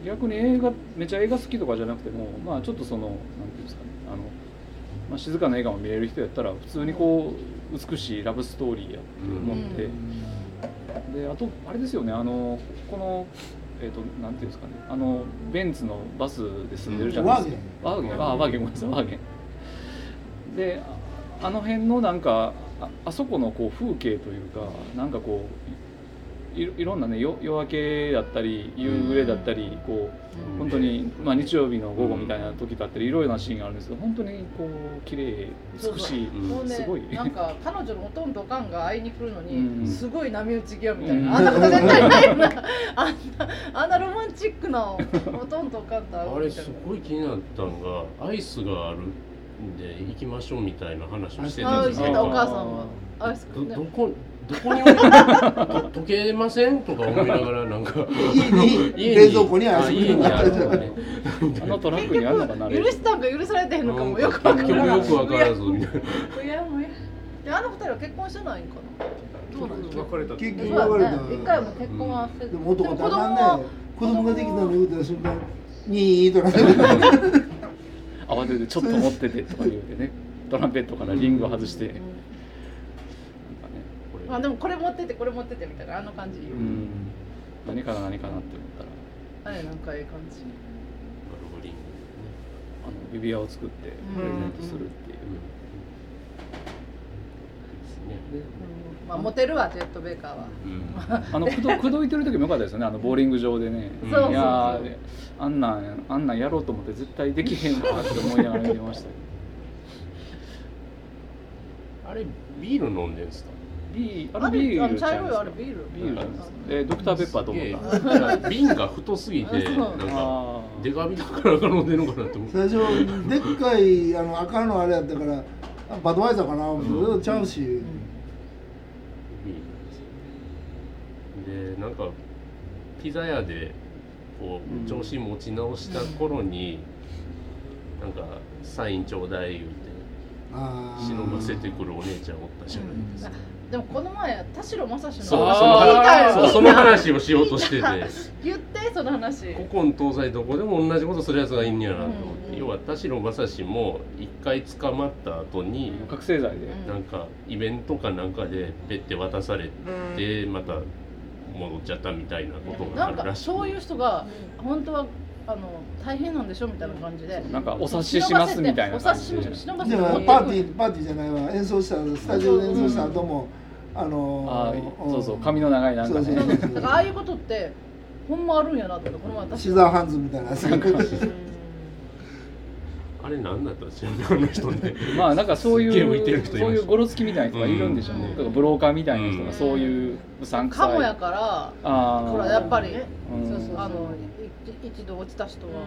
E: 逆に映画めちゃ映画好きとかじゃなくてもまあちょっとそのなんていうんですかねあの、まあ、静かな映画も見れる人やったら普通にこう美しいラブストーリーやと思って、であとあれですよねあのこのえっ、となんていうんですかねあのベンツのバスで住んでるじゃないですか、ワーゲンあワーゲンごめんなさいワーゲンでああの辺のなんかああそこのこう風景というかなんかこういいろんなねよ夜明けだったり夕暮れだったりこう本当に、まあ、日曜日の午後みたいな時だったりいろいろなシーンがあるんですけど本当にこう綺麗美しい
B: もうね
E: すごい
B: なんか彼女のおとんとおかんが会いに来るのに、
E: うん
B: すごい波打ち際みたいな、
E: うん
B: あんなこと絶対ないよなあんなあんなロマンチックなおとんとおかんと会
A: あ
B: う
A: れ
B: みたい
A: す
B: な。
A: ごい気になったのがアイスがあるんで行きましょうみたいな話をしてた
B: あ
A: ん
B: あ、
A: で
B: し
A: す
B: て
A: け
B: た
A: ど
B: お母さんは。あ、す
A: ど
B: ごいね
A: ど。こどこに置いてと溶けませんとか思いながらなんか
F: 家に冷蔵庫に
A: あ
F: アイスクリ
A: 家
F: ー
A: に
F: ムが
A: あ
F: あっ
A: る
F: たじゃ
A: の
F: ん
A: ね
E: あのトラ
B: 結
E: ックにあんなかな
B: 局
E: れ
B: 許したんか許されてへんのかもよくわか
A: 結
B: ら
A: 局
B: ない。
A: よくわからずみたいな
B: うやむや。で、あの二人は結婚してないんかな。どうなんですか。
G: 別れた
F: 結
B: そう
F: 局
B: だ
F: 別れた
B: ね。一回も結婚はせず。
F: でも男ってあかん
B: でも
F: ね子供ができたの言うた瞬間にいいとかね
E: 慌ててちょっと持っててとか言うてねトランペットからリングを外して、なんかね
A: これ
B: あ、でもこれ持っててこれ持っててみたいなあの感じ。
E: うん何かな何かなって思ったら
B: あれなんかええ感じ。
A: ロゴリング
E: あの指輪を作ってプレゼントするっていう
A: ね、うんですね
B: うんまあモテるわジェットベーカーは。
A: うん
E: あのくど くどいてる時もよかったですよねあのボーリング場でね
A: そう
E: い
A: そうそう
E: やーあんなんあんなんやろうと思って絶対できへんわって思いながら見てましたけど
A: あれビール飲んでんすか
E: ビーあ
B: あ
E: れビ
B: れ、あ
E: ール
B: の
E: じゃ
B: 茶
E: ない
B: 色いあ
E: ですか
B: れビール。
E: ビールじゃないですかえードクターペッパーと思った
A: すげえだから瓶が太すぎて
B: そう
A: なんか
E: あー
A: デカビだからか飲んでるのかなって思う
F: 最初でっかいあの赤のあれやったからあバドワイザーかな思ってちゃうし
A: でなんかピザ屋でこう調子持ち直した頃に、なんかサインちょうだい言うて
F: あー
A: 忍ばせてくるお姉ちゃんおったじゃないですか、
B: でもこの前田代正史
A: そう
B: の
A: その話
B: あー
A: そうその話をしようとしてて
B: 言ってその話。
A: 古今東西どこでも同じことするやつがいいんやなと思って、
B: うん
A: 要は田代正史も一回捕まった後に、
E: 覚醒剤で
A: なんかイベントかなんかでペッて渡されてまた戻っちゃったみたいなことがあ
B: なん
A: るら
B: か
A: しい
B: そういう人が本当はあの大変なんでしょみたいな感じで。
E: なんかお察ししますみたいな
B: お察
E: 感
B: しし
E: じ
B: ま
E: です
B: よ忍ばせて
F: でもパーティーパーティーじゃないわ演奏したスタジオで演奏した後もあ
E: あ
F: の
E: ー
F: ん
E: そうそう髪の長いなんか
F: そうそう
E: ね
F: そう
B: だからああいうことってほんまあるんやなってこの前私
F: シザーハンズみたいなそういう感じ
A: あれ何だったんですよねあの人ね
E: まあなんかそういう
A: すっげえ浮いてる人いました
E: そういうゴロつきみたいな人がいるんでしょうね、
B: うん
E: だからブローカーみたいな人
A: うん
E: がそういううさんく
B: カ
E: さい、
B: モやから
E: あー
B: ほらやっぱり
E: うん
H: そうそう
B: あのい一度落ちた人は
E: うん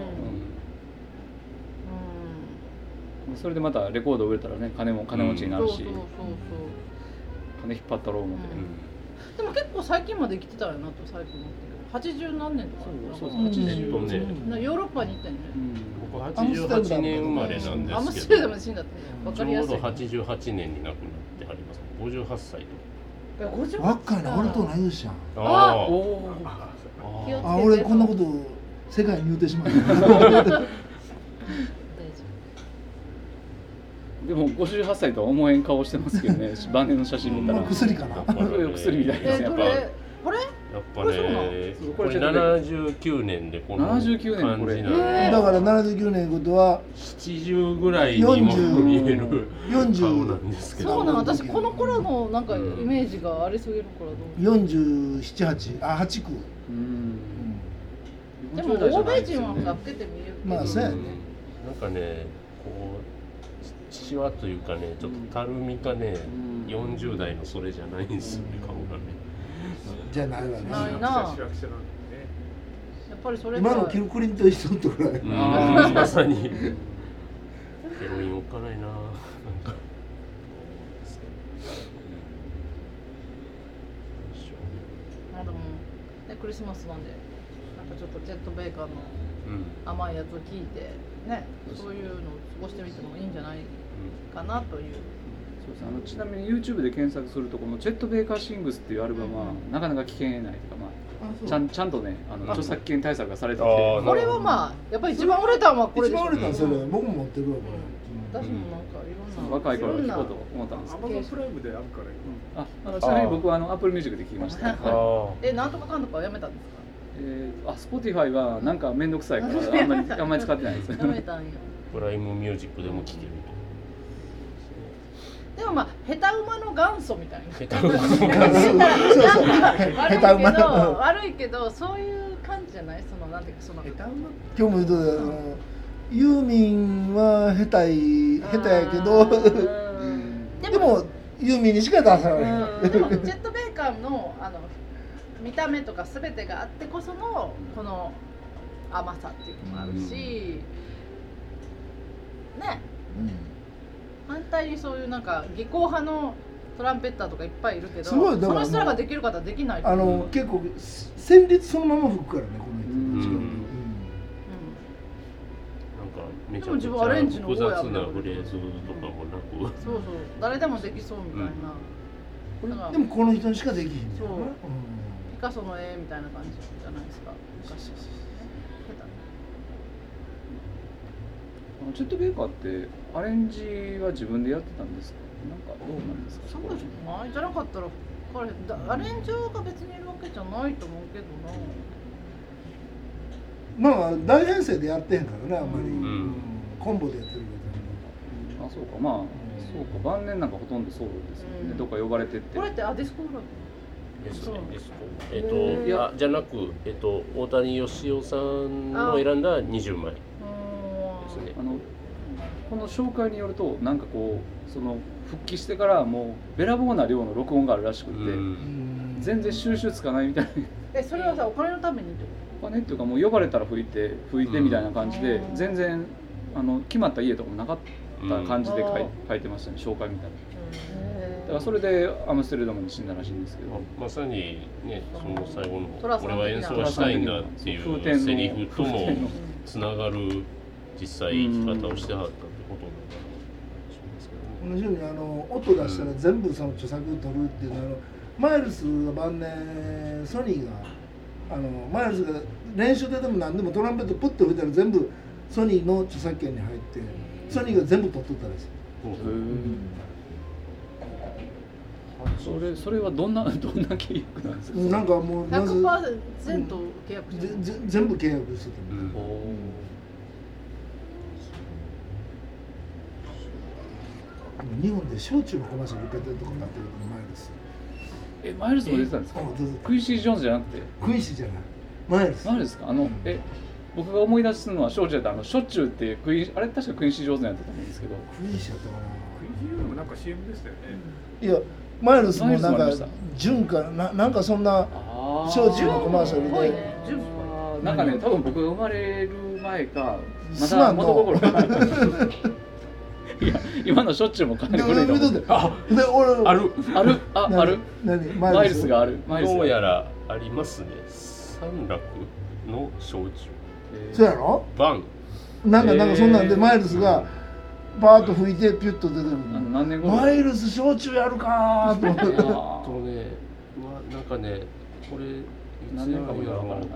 B: うん
E: それでまたレコード売れたらね金も金持ちにな
B: そう
E: る
B: そうそ
E: し、
B: う
E: 金引っ張ったろう思って、
A: う
B: う
A: ん
B: そうでも結構最近まで来てたよなと最近思ってる80何年とか
E: そうそうう
A: 80
E: 80
A: 飛んで
B: なヨーロッパに行ったよね
E: うん
A: 僕88年生まれなん
B: あんま
A: です
B: 知
A: け
B: らな
A: ど
B: いで死んだってわ
A: ち
B: か
A: ょ
B: りや
A: う
B: す
A: ど
B: い
A: 88年に亡くなってはります58歳と
B: 50
F: 若いな俺と同い年やん
A: あー
B: 気をつけて
F: あ俺こんなこと世界に言うてしまった
E: でも58歳とは思えん顔してますけど ね晩年の写真見たら
F: まあ薬かな
A: やっぱね
E: 薬みたいな
B: え
E: やつ
B: ー
E: やっ
B: ど
E: ぱ
B: れこれ
A: やっぱ
B: これそうなの
A: ね
E: そう
A: こ
E: こ
A: れ
E: れ
A: 79年でこの感じ
E: 79
A: な
E: 年
A: ん
E: これ
A: で
B: え
F: だから79年のことは
A: 70ぐらいにも見える
F: 40
A: 顔なんですけど
B: そうなの私この頃のなんかイメージがありすぎるからどう
F: 478あ八区、
E: うん
B: でも欧米人は
E: 40代じゃ
B: か
E: ない
B: っけて見える
F: まあそうやね
A: うんなんかねこうししわというかねちょっとたるみがね
E: うん
A: 40代のそれじゃないんですよね顔がね
F: じゃないわ
B: な
F: ね
B: いな
G: 主役者なんでね
B: やっぱりそれが
F: 今のキルクリントン人とぐらい、
A: うん
E: あー
A: まさにヘロインおっかないななんか
B: あでもねクリスマスなんでなんかちょっとジェットベーカーの
A: うんうん
B: 甘いやつを聞いてねそういうのを過ごしてみてもいいんじゃないかなという
E: そうですねあのちなみに YouTube で検索するとこの「ジェット・ベーカー・シングス」っていうアルバムはなかなか聴けないというか、まあ、ちゃんちゃんとねあの
A: あ
E: 著作権対策がされてて
A: あー
B: これはまあやっぱり一番売れたのはこれ
F: 一
B: でし
F: 番
B: ょ
F: 売れたのそれ、僕も持ってるわこれ、
B: 私もなんかいろんな
E: 若い頃
B: いろん
E: に聴
B: な
E: こうと思ったんです
G: ア
E: け
G: マゾンプライムであるから
E: どああのちなみに僕はあの Apple Music で聴きました、
A: あ
E: はい
A: ー
B: えなんとかかんとかはやめたんですか
E: えー、あ Spotify はなんか面倒くさいからあんまりあんまり使ってないです
B: やめたんよ
A: プライムミュージックでも聴ける
B: でもまあ下手馬の元祖みたいな
A: と下手な
F: そうそうそう
B: 悪い
F: 下手
B: けど
F: 馬
B: 悪いけどそういう感じじゃないそのなんていうかその
G: 下手馬
F: 今日も言うとったあのユーミンは下手い下手やけど
B: で
F: でもユーミンにしか出さない、
B: うんでも ジェットベーカーのあの見た目とか全てがあってこそのこの甘さっていうのもあるし、ね反対にそういうなんか技巧派のトランペッターとかいっぱいいるけど
F: すごい
B: そ
F: だからも
B: の
F: う
B: 人らができる方はできないと
F: あ
B: 思う
F: の結構旋律そのまま吹くからねこの人の力
E: うん
A: なんかめち
B: で
A: ゃく
B: も
A: ち
B: 自
A: ゃ
B: 分アレンジの
A: 複
B: 方
A: 雑な
B: や
A: フレーズとかもなく
B: うん、そうそう誰でもできそうみたいな、だから
F: うんでもこの人にしかできひん
B: そう
F: うん
B: ピカソの絵みたいな感じじゃないですか昔は、ね、下手な
E: あのチェット・ベーカーってアレンジは自分でやってたんですかなんかどうなんですか
B: そ
E: そうこ
B: じ
E: ら辺
B: ゃないじゃなかったら彼だアレンジャーが別にいるわけじゃないと思うけどな
F: まあ大編成でやってへんからねあんまり、
A: ん
F: うんコンボでやってる
E: あそうかまあそうか晩年なんかほとんどそうですよね、
B: うん
E: どっか呼ばれてって
B: これってアディスコール
A: です
B: そう
A: ねですえっ、といやじゃなくえっ、と大谷義雄さんの選んだ20枚で
B: う
A: すね
E: あのこの紹介によるとなんかこうその復帰してからもうべらぼうな量の録音があるらしく
A: う
E: て、
A: ん
F: けど
E: 全然収集つかないみたいな
B: えそれはさお金のためにってこ
E: お金っていうかもう呼ばれたら吹いて吹いてみたいな感じで、
B: うん
E: 全然あの決まった家とかもなかった感じで書い,、
B: うん
E: 書いてましたね紹介みたいな
B: と
E: だからそれでアムステルダムに死んだらしいんですけど、
A: ままさにねその最後の
B: トラ
A: 「
B: さん
A: 俺は演奏はしたいんだ」ってい
E: そう
A: う
E: 風
A: セ
E: 天
A: リ
E: の
A: フとも
E: 風天の
A: つながる実際生き方をしてはったってことなんだろうしますけどね。
F: 同じようにあの音出したら全部その著作を取るっていうのはあのマイルスが晩年ソニーがあのマイルスが練習ででも何でもトランペットプッと吹いたら全部ソニーの著作権に入ってソニーが全部取っとったらしい
E: それそれはどんな どんな契約なんですか、
F: なんかもうまず
B: 100%契約して
F: ぜ
B: る
F: ぜ全部契約してた
A: う
F: の
A: ん
F: でも日本で焼酎のコマーシャル受けてるとこになってるのマイルス
E: えマイルスも出てたんですか
F: あどうぞ
E: クイシー・ジョーンズじゃなくて
F: クイシーじゃないマイルス
E: マイルスかあのえ僕が思い出すのは少女だったあのしょっちゅうってクイあれ確かクインシー・ジョーンズやったと思うんですけど
F: クイシーやったかな
G: クイズユーもなんか CM でしたよね
F: いやマイルスもなん
E: マイ
F: か
E: ルスもあり
F: 潤かななんかそんな
E: あ
F: 焼酎のコマーシャル
B: ぽい
F: で
B: ね10
E: なんかね多分僕が生まれる前かま
F: すま
E: だ
F: んの
E: 元心が今のしょっちゅうもかなり古いと思う
F: でで俺
A: ある
E: あるあ
F: 何
E: ある
F: 何
E: マイルスがあるマイルス
A: どう
E: がある
A: やらありますね三楽の焼酎
F: そうやろ
A: バン
F: なんかなんかそんなんで
E: えー
F: マイルスがバーッと吹いてピュッと出てる
E: あの
F: の
E: 何年後
F: マイルス焼酎やるかーと思って
A: あとねまあなんかねこれいつ
E: 何年かも
A: や
E: わ
A: ろう
E: からない
H: ト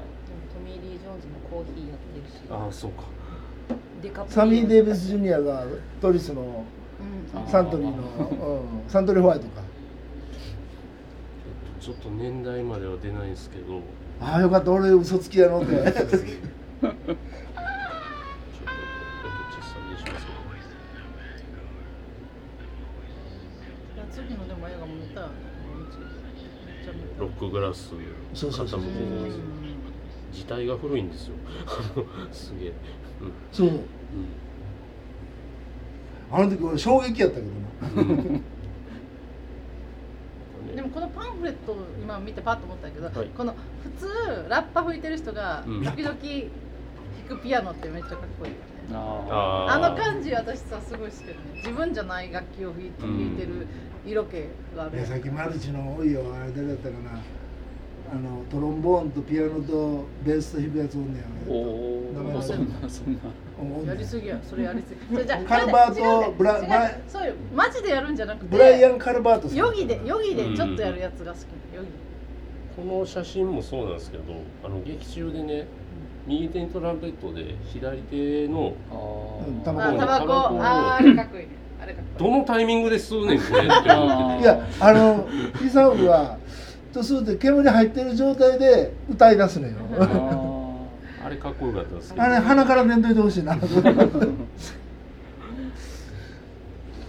H: ミー・リー・ジョーンズもコーヒーやってるし
A: ああそうか
H: デカ プリオ
F: サミー・デイビス・ジュニアがトリスのサントリーの、うん、サントリーホワイトか
A: ちょっと年代までは出ないんですけど
F: ああよかった俺嘘つきやろって
A: ちょっと、ちょっと小さめにしますけ
B: 次のでも映画も見たよねめっちゃ見
A: ど、ロックグラス傾いてるんです
F: そうそうそう
A: 自体が古いんですよ。 すげえ。
F: そうあの時俺衝撃やったけどな
A: うん。うん
B: たでもこのパンフレットを今見てパッと思ったけど、
A: はい
B: この普通ラッパ吹いてる人が
A: うん
B: 時々弾くピアノってめっちゃかっこいいよね、
E: あ
B: あの感じ私さすごい好きだね自分じゃない楽器を弾いて弾いてる色気がある
F: えさっきマルチの多いよあれ誰だったかなあのトロンボーンとピアノとベースと弾くやつおんね
E: ー
F: や
E: お
F: 名前
E: ー
F: は
E: そんなそんな
F: おんね
B: や
F: ん
B: りすぎやそれやりすぎそれじゃ
F: カルバート
B: 違うね
F: ブラ
B: 違う
F: ブラ
B: そうよマジでやるんじゃなくて
F: ブライアン・カルバートさん
B: ヨギでヨギでちょっとやるやつが好きヨギ
A: この写真もそうなんですけど、あの劇中でね、右手にトランペットで左手の
E: あ
F: うん
E: ー
F: たま
B: あ
A: タ
B: タ
A: バ
B: バ
A: コ
B: コあーあれかっこいいねあれかっこい
A: ど
B: い
A: のタイミングで吸うねんこれって思っ
E: あー
F: いやあのイサオフはとすると煙入ってる状態で歌い出すのよ
E: あー
A: て、あれかっこよかったですけど
F: あ、れ鼻から出んといてほしいな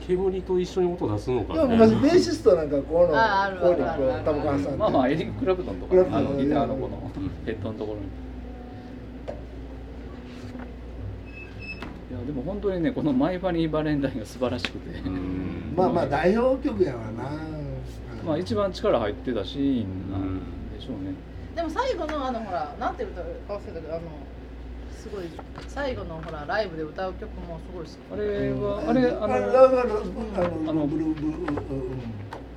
A: 煙と一緒に音出すのか
F: でも
A: ね。
F: 昔ベーシストなんかこういうの
B: あある
F: こういうの
B: あ
F: こ
B: る
F: う
B: ある
F: タバコ挟んで、
E: まあまあエリック・クラプトンとか
F: クラプトン
E: あのギターのこの
A: うん
E: ヘッドのところにいやでも本当にねこの「マイ・ファニー・バレンタイン」が素晴らしくて
A: うん
F: まあまあ代表曲やわな
E: まあ一番力入ってたシーンなんでしょうね
B: でも最後のあのほらなんていう歌か忘れたけどあのすごい最後のほらライブで歌う曲もすごい好き
E: あれはあ
F: あ
E: れ
F: あ
E: あの
F: のあ
E: あ
F: の
E: の
F: ブルーブルーうん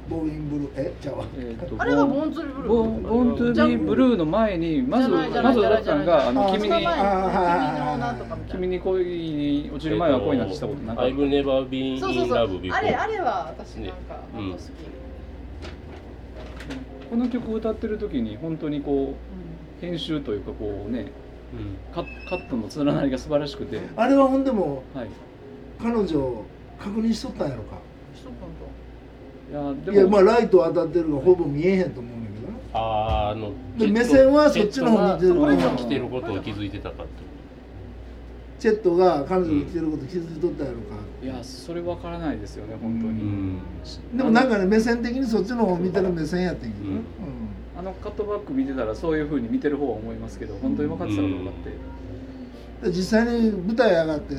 F: ボーインブルーえちゃうわ
E: えーと
B: あれがボーンツーリーブルー
E: ボンボントゥービーブルーの前にまず
B: じゃ
E: ま
B: ない
E: ず
B: じゃ
E: だ
B: ない
E: ったのが「あの
F: あ
B: その
E: 君に
B: 前に
F: あー
B: 君のなんとかみたい
E: 君
B: な
E: に恋に落ちる前は恋なんてしたことなかっ
A: I've never been
B: そうそう
A: in
B: そ
A: love
B: う
A: before
B: あれあれは私なんか
A: う
B: 本
A: ん
B: 当好き、
E: たこの曲歌ってる時に本当に
B: う
E: こう編集というかこうね
A: うん
E: カカットの連なりが素晴らしくて
F: あれはほんでも
E: はい
F: 彼女確認しとったんやろ
B: ん、
F: か
B: 一言
E: いやで
F: いやまあ
E: も
F: ライト当たってるがほぼ見えへんと思うんだけどな
A: あーあの
F: で目線はそっちの方に
A: ジェットが
F: 出てる
A: そこに来てることを気づいてたかって
F: チェットが彼女に来てること気づいとったやろか、
E: いやそれわからないですよね本当
A: う
E: に
A: ん
F: でもなんかね目線的にそっちの方見てる目線やってんけどね、
E: あのカットバック見てたらそういうふうに見てる方は思いますけど本当に分かってたことがあって
F: うんで実際に舞台上がって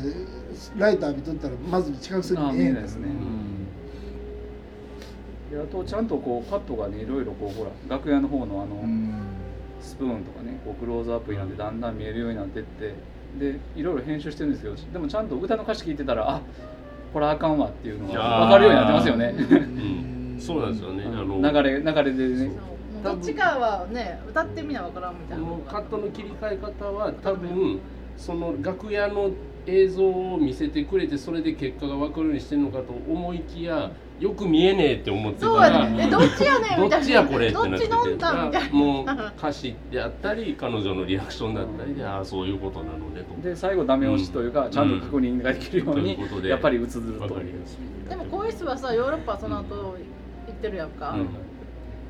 F: ライト浴びとったらまず近くすぎ
E: あー
F: 見
E: 見
F: え
E: え
F: へん
E: な
F: か
E: い
F: ら
E: ですね
A: う
F: ね
A: ん
E: であとちゃんとこうカットがねいろいろこうほら楽屋の方のあの、
F: うん
E: スプーンとかねこうクローズアップになってだんだん見えるようになってってでいろいろ編集してるんですけどでもちゃんと歌の歌詞聞いてたらあこれあかんわっていうのが分かるようになってますよね
A: うんそうなんですよねあの
E: 流れ流れでね
B: とどっちかはね歌ってみなわからんみた
A: こ
B: いな
A: のカットの切り替え方は多分その楽屋の映像を見せてくれてそれで結果が分かるようにしてるのかと思いきやよく見えねえって思ってた
B: そうや
A: ら
B: ねえどっちやねんみ
A: ど
B: たいな
A: っちやこれって
B: ど
A: な
B: っ
A: っ
B: ち
A: て
B: 飲んだみたい
A: てもう歌詞であったり彼女のリアクションだったりでああそういうことなのねと
E: で最後ダメ押しというか、
A: うん
E: ちゃんと確認ができるように
A: ということで
E: やっぱり映ずる
A: わ
E: と
A: かりやすい
B: なでも更衣室はさヨーロッパその後行ってるやんか、
A: うん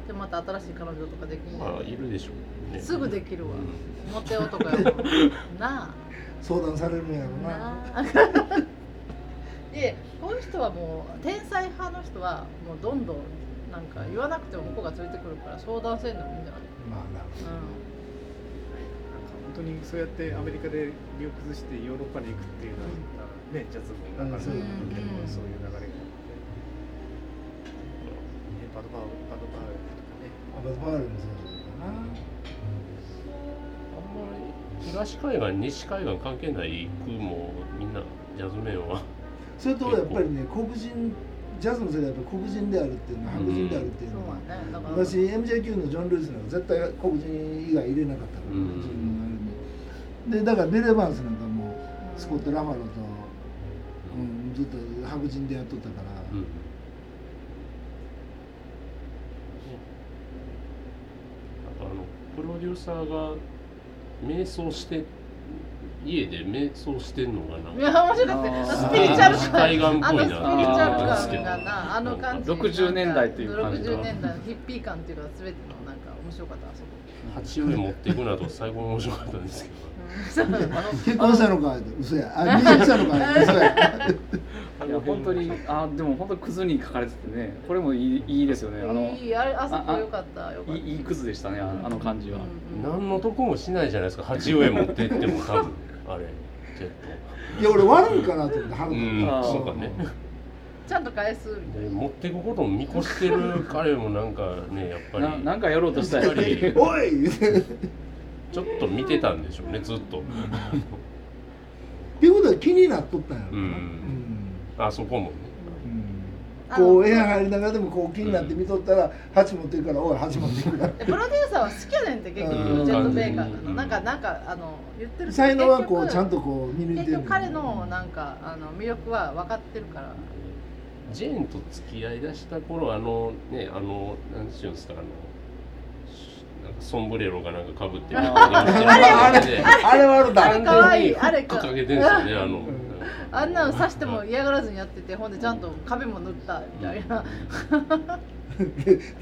B: でまた新しい彼女とかできん
A: まあいるでしょうね
B: すぐできるわ
A: う
B: モテ男 やもんな
F: 相談されるんやろ
B: あな
F: な
B: あでこういう人はもう天才派の人はもうどんどんなんか言わなくても向こうがついてくるから相談せんでもいいんじゃない、
F: まあな
G: 本当にそうやってアメリカで身を崩してヨーロッパに行くっていうのは、ね、ジャズの中
F: う
G: で
F: ん
G: 結
B: うん
G: 構そういう流れがあって、ね、バドバウバド
F: アバズバー
G: バウとかね
F: ルもそう
A: あんまり東海岸西海岸関係ない区もみんなジャズ面は
F: それとやっぱりね黒人ジャズの世界はやっぱ黒人であるっていうのは白人であるっていうのは、
B: だねだから
F: 私 MJQ のジョン・ルイスなんか絶対黒人以外入れなかったから、
A: うん
F: 自分のあれにでだからベレー・バンスなんかもスコット・ラファロと、うん、ずっと白人でやっとったから、
A: うんあとあのプロデューサーが瞑想して家で瞑想してんのがなん
B: い
A: か
B: や面白かったスピリチュアル感
A: 海岸っ
B: あ
A: ぽ
B: の
A: い
B: スピリ
A: な
B: チュ
E: あ
B: ア
E: ー
B: ル感がなあの感じ
E: なんか60年代っていう感じが
B: 60年代のヒッピー感っていうか全てのなんか面白かったあそこ
A: 鉢植え持っていくなと最後面白かったんですけど
F: 結婚したのかって嘘やあ離婚したのかって嘘 や
E: いや本当にあでも本当にクズに書かれててねこれもいいいいですよ ねあの
B: いいあれあそこよかったよかっ
E: い
B: た
E: いいいクズでしたねあのあの感じは、
B: うんうん
A: 何の得もしないじゃないですか鉢植え持ってっても多分あれちょっ
F: いや俺悪いかなと思って
A: と
F: 春
A: う
F: の
A: ん
E: あー
A: そうかね
B: ちゃんと返すみたいな
A: で持っていくことを見越してる彼もなんかねやっぱ
E: ななん
A: り
E: かやろうとした
A: やっぱり
E: り
F: おい言うて
A: ちょっと見てたんでしょうねずっと
F: っていうことは気になっとったんやろ
A: う
F: な、
A: んあそこもね
F: うんこう部屋入りながらでもこう気になって見とったら鉢持ってるからおい鉢持ってくから
B: でプロデューサーは好きやねんって結
F: う
B: 局
F: ん
B: ジェットベーカーな
A: う
B: の
A: ん
B: なんかなんかあの言ってるけど
F: 才能はこう
B: 結
F: ちゃ
B: 局
F: んとこう見抜い
B: 結
F: てる
B: 局彼のなんかあの魅力は分かってるから
A: ジェーンと付き合いだした頃あのねあの何て言うんですかあのしなんかソンブレロがなんかかぶってる
E: あー
A: あれあれ
F: あれはあるだ
B: あれかわいいあれか
A: 掲げてるんですよねあの
B: あんなの刺しても嫌がらずにやっててほんでちゃんと壁も塗ったみたいな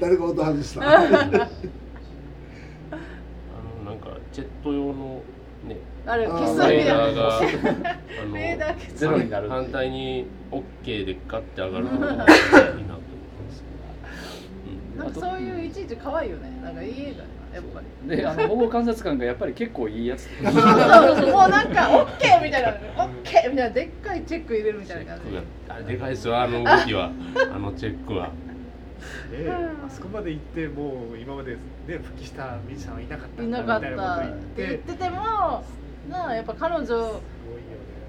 F: 誰か音外した
A: あのなんかジェット用のね
B: あれ
F: あ
B: 消
F: ー
B: す
A: ラ
B: み
A: イダーが
B: たい
A: あ
B: なレー
A: の
B: ダー消す
E: ゼロになる
A: 反対に OK でガッて上がるのがいいなと思います
B: なんかそういういちいち可愛いよねなんかいい映画やなやっぱ り
E: であの保護観察官がやっぱり結構いいやつ
B: そうそうそうもうなんかオッケーみたいなオッケーみたいなでっかいチェック入れるみ
A: チ
B: たい
A: ェ
B: な
A: ッ
B: 感
A: ク
B: じ
A: があれでかいですよあの動きはあのチェックは
G: えあそこまで行ってもう今まで、ね、復帰したミュージシャンはいなかった
B: い
G: んだ
B: なかっ
G: みたいな
B: た
G: こ
B: っ
G: と
B: て
G: 言
B: 言っ
G: って
B: ててもなあやっぱ彼女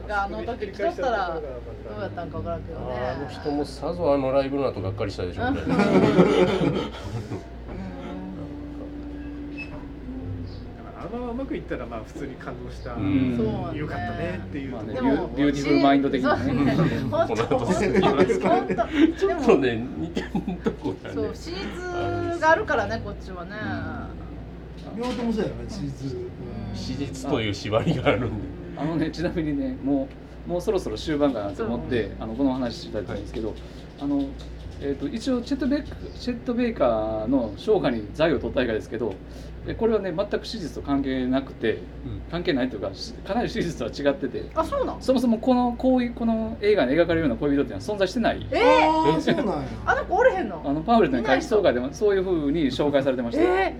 B: があの時来とったらどうやったんか分からんけどね
A: あの人もさぞあのライブの後がっかりしたでしょうね
G: だからあのままうまくいったらまあ普通に感動した、
A: うん
B: そうなんだ
G: よかったねっていう
E: まあ
G: と
E: ね
G: こ
E: ビ
G: ろ
B: で
E: ュ
B: も
E: ービューティフルマインド的な
B: そう
E: ね
B: ね
A: こ
B: 本当
A: の後続きますか
B: 本当
A: ち
B: で
A: ょっと
B: も
A: ね似てるとこがね
B: そうシーズがあるからねこっちはね
F: 両方ともそうやな事実
A: 史実という縛りがあるんで
E: あのねちなみにねもうもうそろそろ終盤かなと思ってあのこの話したいと思うんですけど、あのえー、と一応チェットベックチェット・ベイカーの生涯に財を取った映画ですけどえこれはね全く史実と関係なくて関係ないというかしかなり史実とは違ってて
B: あそうなん
E: そもそもこのこういうこの映画に描かれるような恋人っていうのは存在してない
B: えー
F: ああそうなんや
B: あの子おれへん
E: あ
B: の
E: のパンフレットに回帰総会でもそういうふうに紹介されてました、
B: え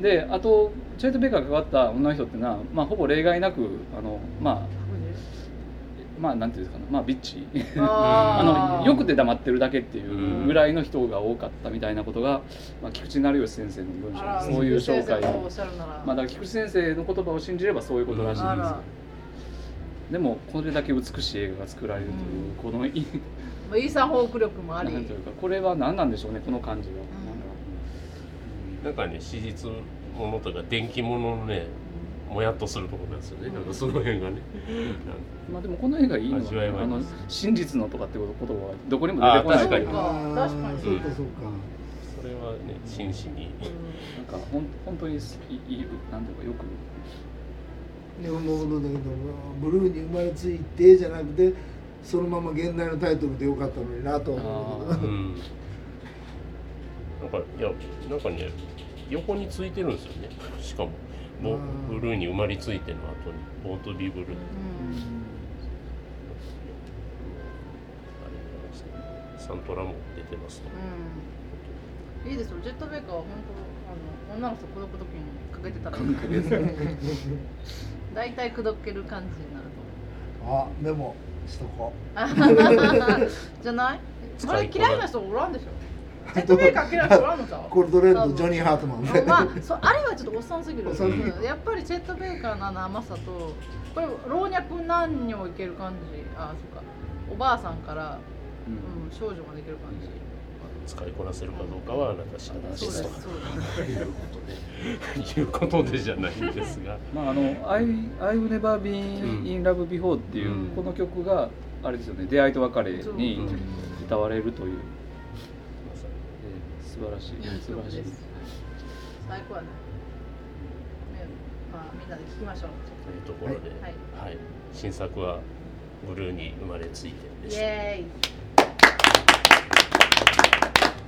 E: であとチェイト・ベイカーが関わった女の人っていうのは、まあ、ほぼ例外なくあのまあまあなんていうんですかねまあビッチあ
B: あ
E: の
B: ー
E: よくて黙ってるだけっていうぐらいの人が多かったみたいなことが、まあ、菊池成吉先生の文
B: あら
E: 章にそういう紹介
B: 先生がお
E: を
B: っしゃるなら
E: まあ、だから菊池先生の言葉を信じればそういうことらしいん
B: あ
E: です
B: ら
E: よでもこれだけ美しい映画が作られるというこのい
B: まあイーサン・ホーク力もあり
E: なんというかこれは何なんでしょうねこの感じは、
A: なんかね史実ものとか電気もののねもやっとするところなんですよねなんかその辺がね
E: まあでもこの映画いいの
A: 味わいは
E: は
A: あ
E: あ
A: りま
E: の
A: す
E: 真実のとかってこと言葉はどこにも出てこない
A: あ確かに
E: なんか
B: あ
F: ああ
B: 確かに
F: そうかそうか
A: それはね真摯に
E: ほん本当にいいなんていうかよく
F: 日本のものだけどブルーに生まれついてじゃなくてそのまま現代のタイトルでよかったのになと思う
E: あ
A: う
E: ー
A: んなんかいやなんかね横についてるんですよねしかもボ
F: うん
A: ブルーに生まれついての後にボートビブルーってあれがありましたねサントラも出てますと
B: うんいいですよジェットベーカーは本当あの女の人口説く時にかけてたら大体口説ける感じに なる
F: あメモしとこう
B: と思う じゃないそ
A: 使
B: れ
A: いこな
B: 嫌いな人おらんでしょジェットベーカー嫌いな人おらんのじゃん
F: コールドレッドジョニー・ハートマンで
B: まあ、そうあれはちょっとおっさんすぎる
F: おっさんすぎる
B: やっぱりチェット・ベーカーのあの甘さとこれ老若男女いける感じあそっかおばあさんから、
E: うん
B: うん、少女ができる感じ
A: 使いこなせるかどうかはあなた次第で
B: そうです
A: す
B: そ
A: と
B: うです
A: いうことでいうことでじゃないんですが
E: まああの「I I've Never Been in Love Before」っていう、
A: うん
E: この曲があれですよね出会いと別れに歌われるという、素晴らしい素晴らしい
B: です最高やねねまあみんなで聞きましょう
A: というところで、
B: はい
A: はい、新作は「ブルーに生まれついて」で
B: イ
A: した。
B: エーイ